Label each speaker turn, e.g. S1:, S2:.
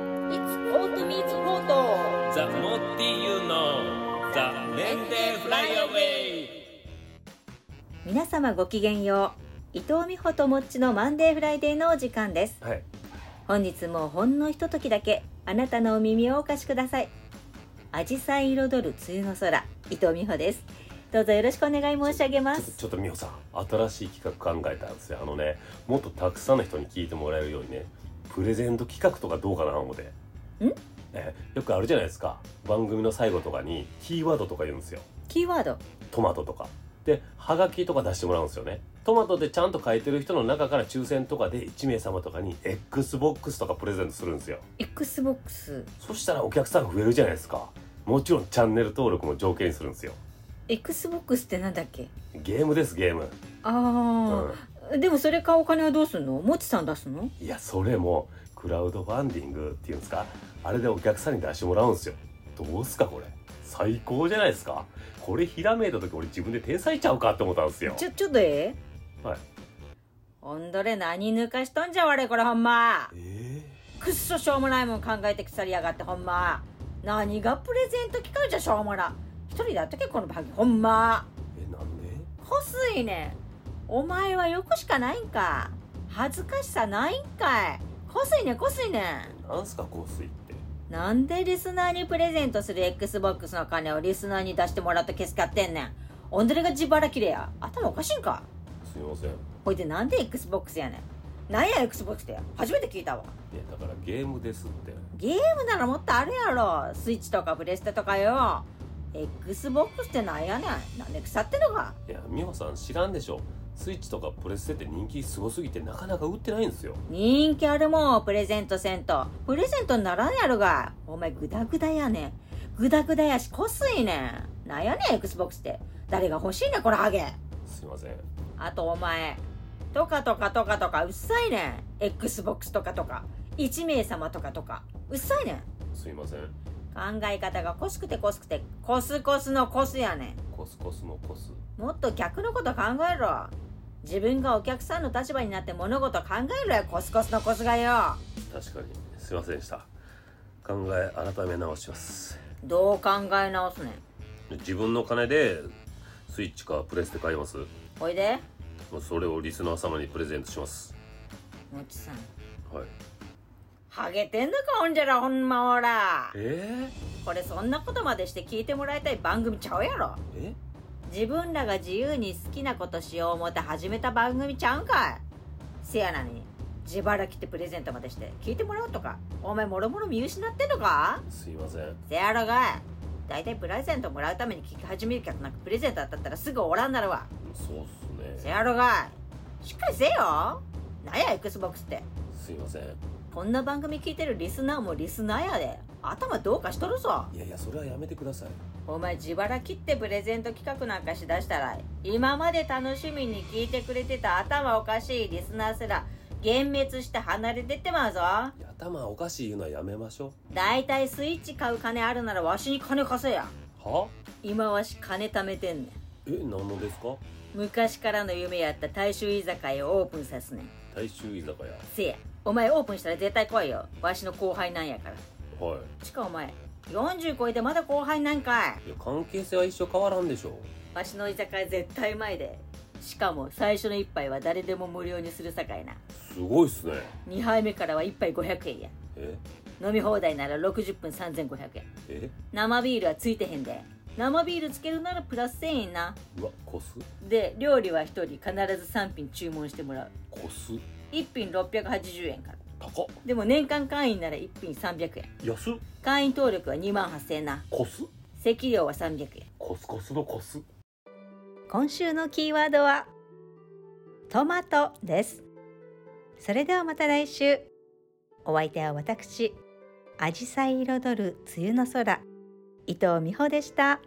S1: It's all to me, it's photo.
S2: ザ・モッティ・ユーのザ・レンデフライアウェイ
S1: 皆様ごきげんよう。伊藤美穂ともっちのマンデーフライデーのお時間です。
S2: はい
S1: 本日もほんのひとときだけあなたのお耳をお貸しください。紫陽花彩る梅雨の空、伊藤美穂です。どうぞよろしくお願い申し上げま
S2: ちょっと
S1: す。
S2: ちょっと美穂さん新しい企画考えたんですよあのねもっとたくさんの人に聞いてもらえるようにねプレゼント企画とかどうかな思ってえよくあるじゃないですか番組の最後とかにキーワードとか言うんですよ
S1: キーワード。
S2: トマトとかでハガキとか出してもらうんですよねトマトでちゃんと書いてる人の中から抽選とかで1名様とかに XBOX とかプレゼントするんですよ
S1: Xbox。
S2: そしたらお客さん増えるじゃないですかもちろんチャンネル登録も条件にするんですよ
S1: Xbox ってなんだっけ
S2: ゲームですゲーム、
S1: ああ、でもそれ買うお金はどうすんのもっちさん出すの
S2: いやそれもクラウドファンディングっていうんですかあれでお客さんに出してもらうんですよどうすかこれ最高じゃないですかこれひらめいた時俺自分で天才ちゃうかって思ったんですよ
S1: ちょ、ちょっとええ
S2: はい
S1: ほんどれ何抜かしとんじゃ我これほんま
S2: え
S1: くっそしょうもないもん考えて腐りやがってほんま何がプレゼント機会じゃしょうもな一人でやっとけこのバギほんま
S2: ー、えなんで
S1: こすいねんお前はよくしかないんか恥ずかしさないんかいこすいねんこすいね
S2: なんすか香水って
S1: んなんでリスナーにプレゼントする XBOX の金をリスナーに出してもらったケース買ってんねんおんどれが自腹切れや頭おかしいんか
S2: すみませんい
S1: ほいでなんで XBOX やねんなんや XBOX って初めて聞いたわ
S2: やだからゲームですって
S1: ゲームならもっとあるやろスイッチとかプレステとかよ XBOX ってなんやねんなんで腐ってんのか
S2: いや美穂さん知らんでしょスイッチとかプレステって人気すごすぎてなかなか売ってないんですよ
S1: 人気あるもんプレゼントせんとプレゼントにならんやろがお前グダグダやねんグダグダやしこすいねんなんやねん XBOX って誰が欲しいねんこのハゲ
S2: すいません
S1: あとお前とかとかとかとかうっさいねん XBOX とかとか1名様とかとかうっさいねん
S2: すいません
S1: 考え方がこすくてこすくてこすこすのこすやねん
S2: コスコスのコス
S1: もっと逆のこと考えろ自分がお客さんの立場になって物事考えろよコスコスのコスがよ
S2: 確かにすいませんでした考え改め直します
S1: どう考え直すねん
S2: 自分の金でスイッチかプレステ買います
S1: おいで
S2: それをリスナー様にプレゼントします
S1: もちさん
S2: はい
S1: ハゲてんのかほんじゃらほんまおら
S2: え
S1: これそんなことまでして聞いてもらいたい番組ちゃうやろ
S2: ー、え
S1: 自分らが自由に好きなことしよう思って始めた番組ちゃうんかいせやなのに自腹切ってプレゼントまでして聞いてもらおうとかお前もろもろ見失ってんのか
S2: すいません
S1: せやろがい大体プレゼントもらうために聞き始める客なんかプレゼント当たったらすぐおらんなるわ
S2: そうっす
S1: せ
S2: ね
S1: やろがいしっかりせえよなんや XBOX って
S2: すいません
S1: こんな番組聞いてるリスナーもリスナーやで頭どうかしとるぞ
S2: いやいやそれはやめてください
S1: お前自腹切ってプレゼント企画なんかしだしたら今まで楽しみに聞いてくれてた頭おかしいリスナーすら幻滅して離れてってまうぞ
S2: いや頭おかしい言うのはやめましょ
S1: 大体スイッチ買う金あるならわしに金貸せや
S2: うは
S1: 今わし金貯めてんねん
S2: え何のですか
S1: 昔からの夢やった大衆居酒屋をオープンさすねん
S2: 大衆居酒屋
S1: せやお前オープンしたら絶対来いよわしの後輩なんやから
S2: は
S1: しかお前40超えてまだ後輩なんか
S2: いいや関係性は一生変わらんでしょ
S1: いわしの居酒屋絶対前でしかも最初の一杯は誰でも無料にするさかいな
S2: うすごいっすね
S1: 2杯目からは1杯500円や
S2: え
S1: 飲み放題なら60分3500円
S2: え
S1: 生ビールはついてへんで生ビールつけるならプラス1000円な
S2: うわコス
S1: で料理は1人必ず3品注文してもらう
S2: コス
S1: 1品680円から
S2: 高っ
S1: でも年間会員なら1品300円
S2: 安っ
S1: 会員登録は2万8000円な
S2: コス
S1: 席料は300円
S2: コスコスのコス
S1: 今週のキーワードはトマトですそれではまた来週お相手は私紫陽花彩る梅雨の空伊藤美穂でした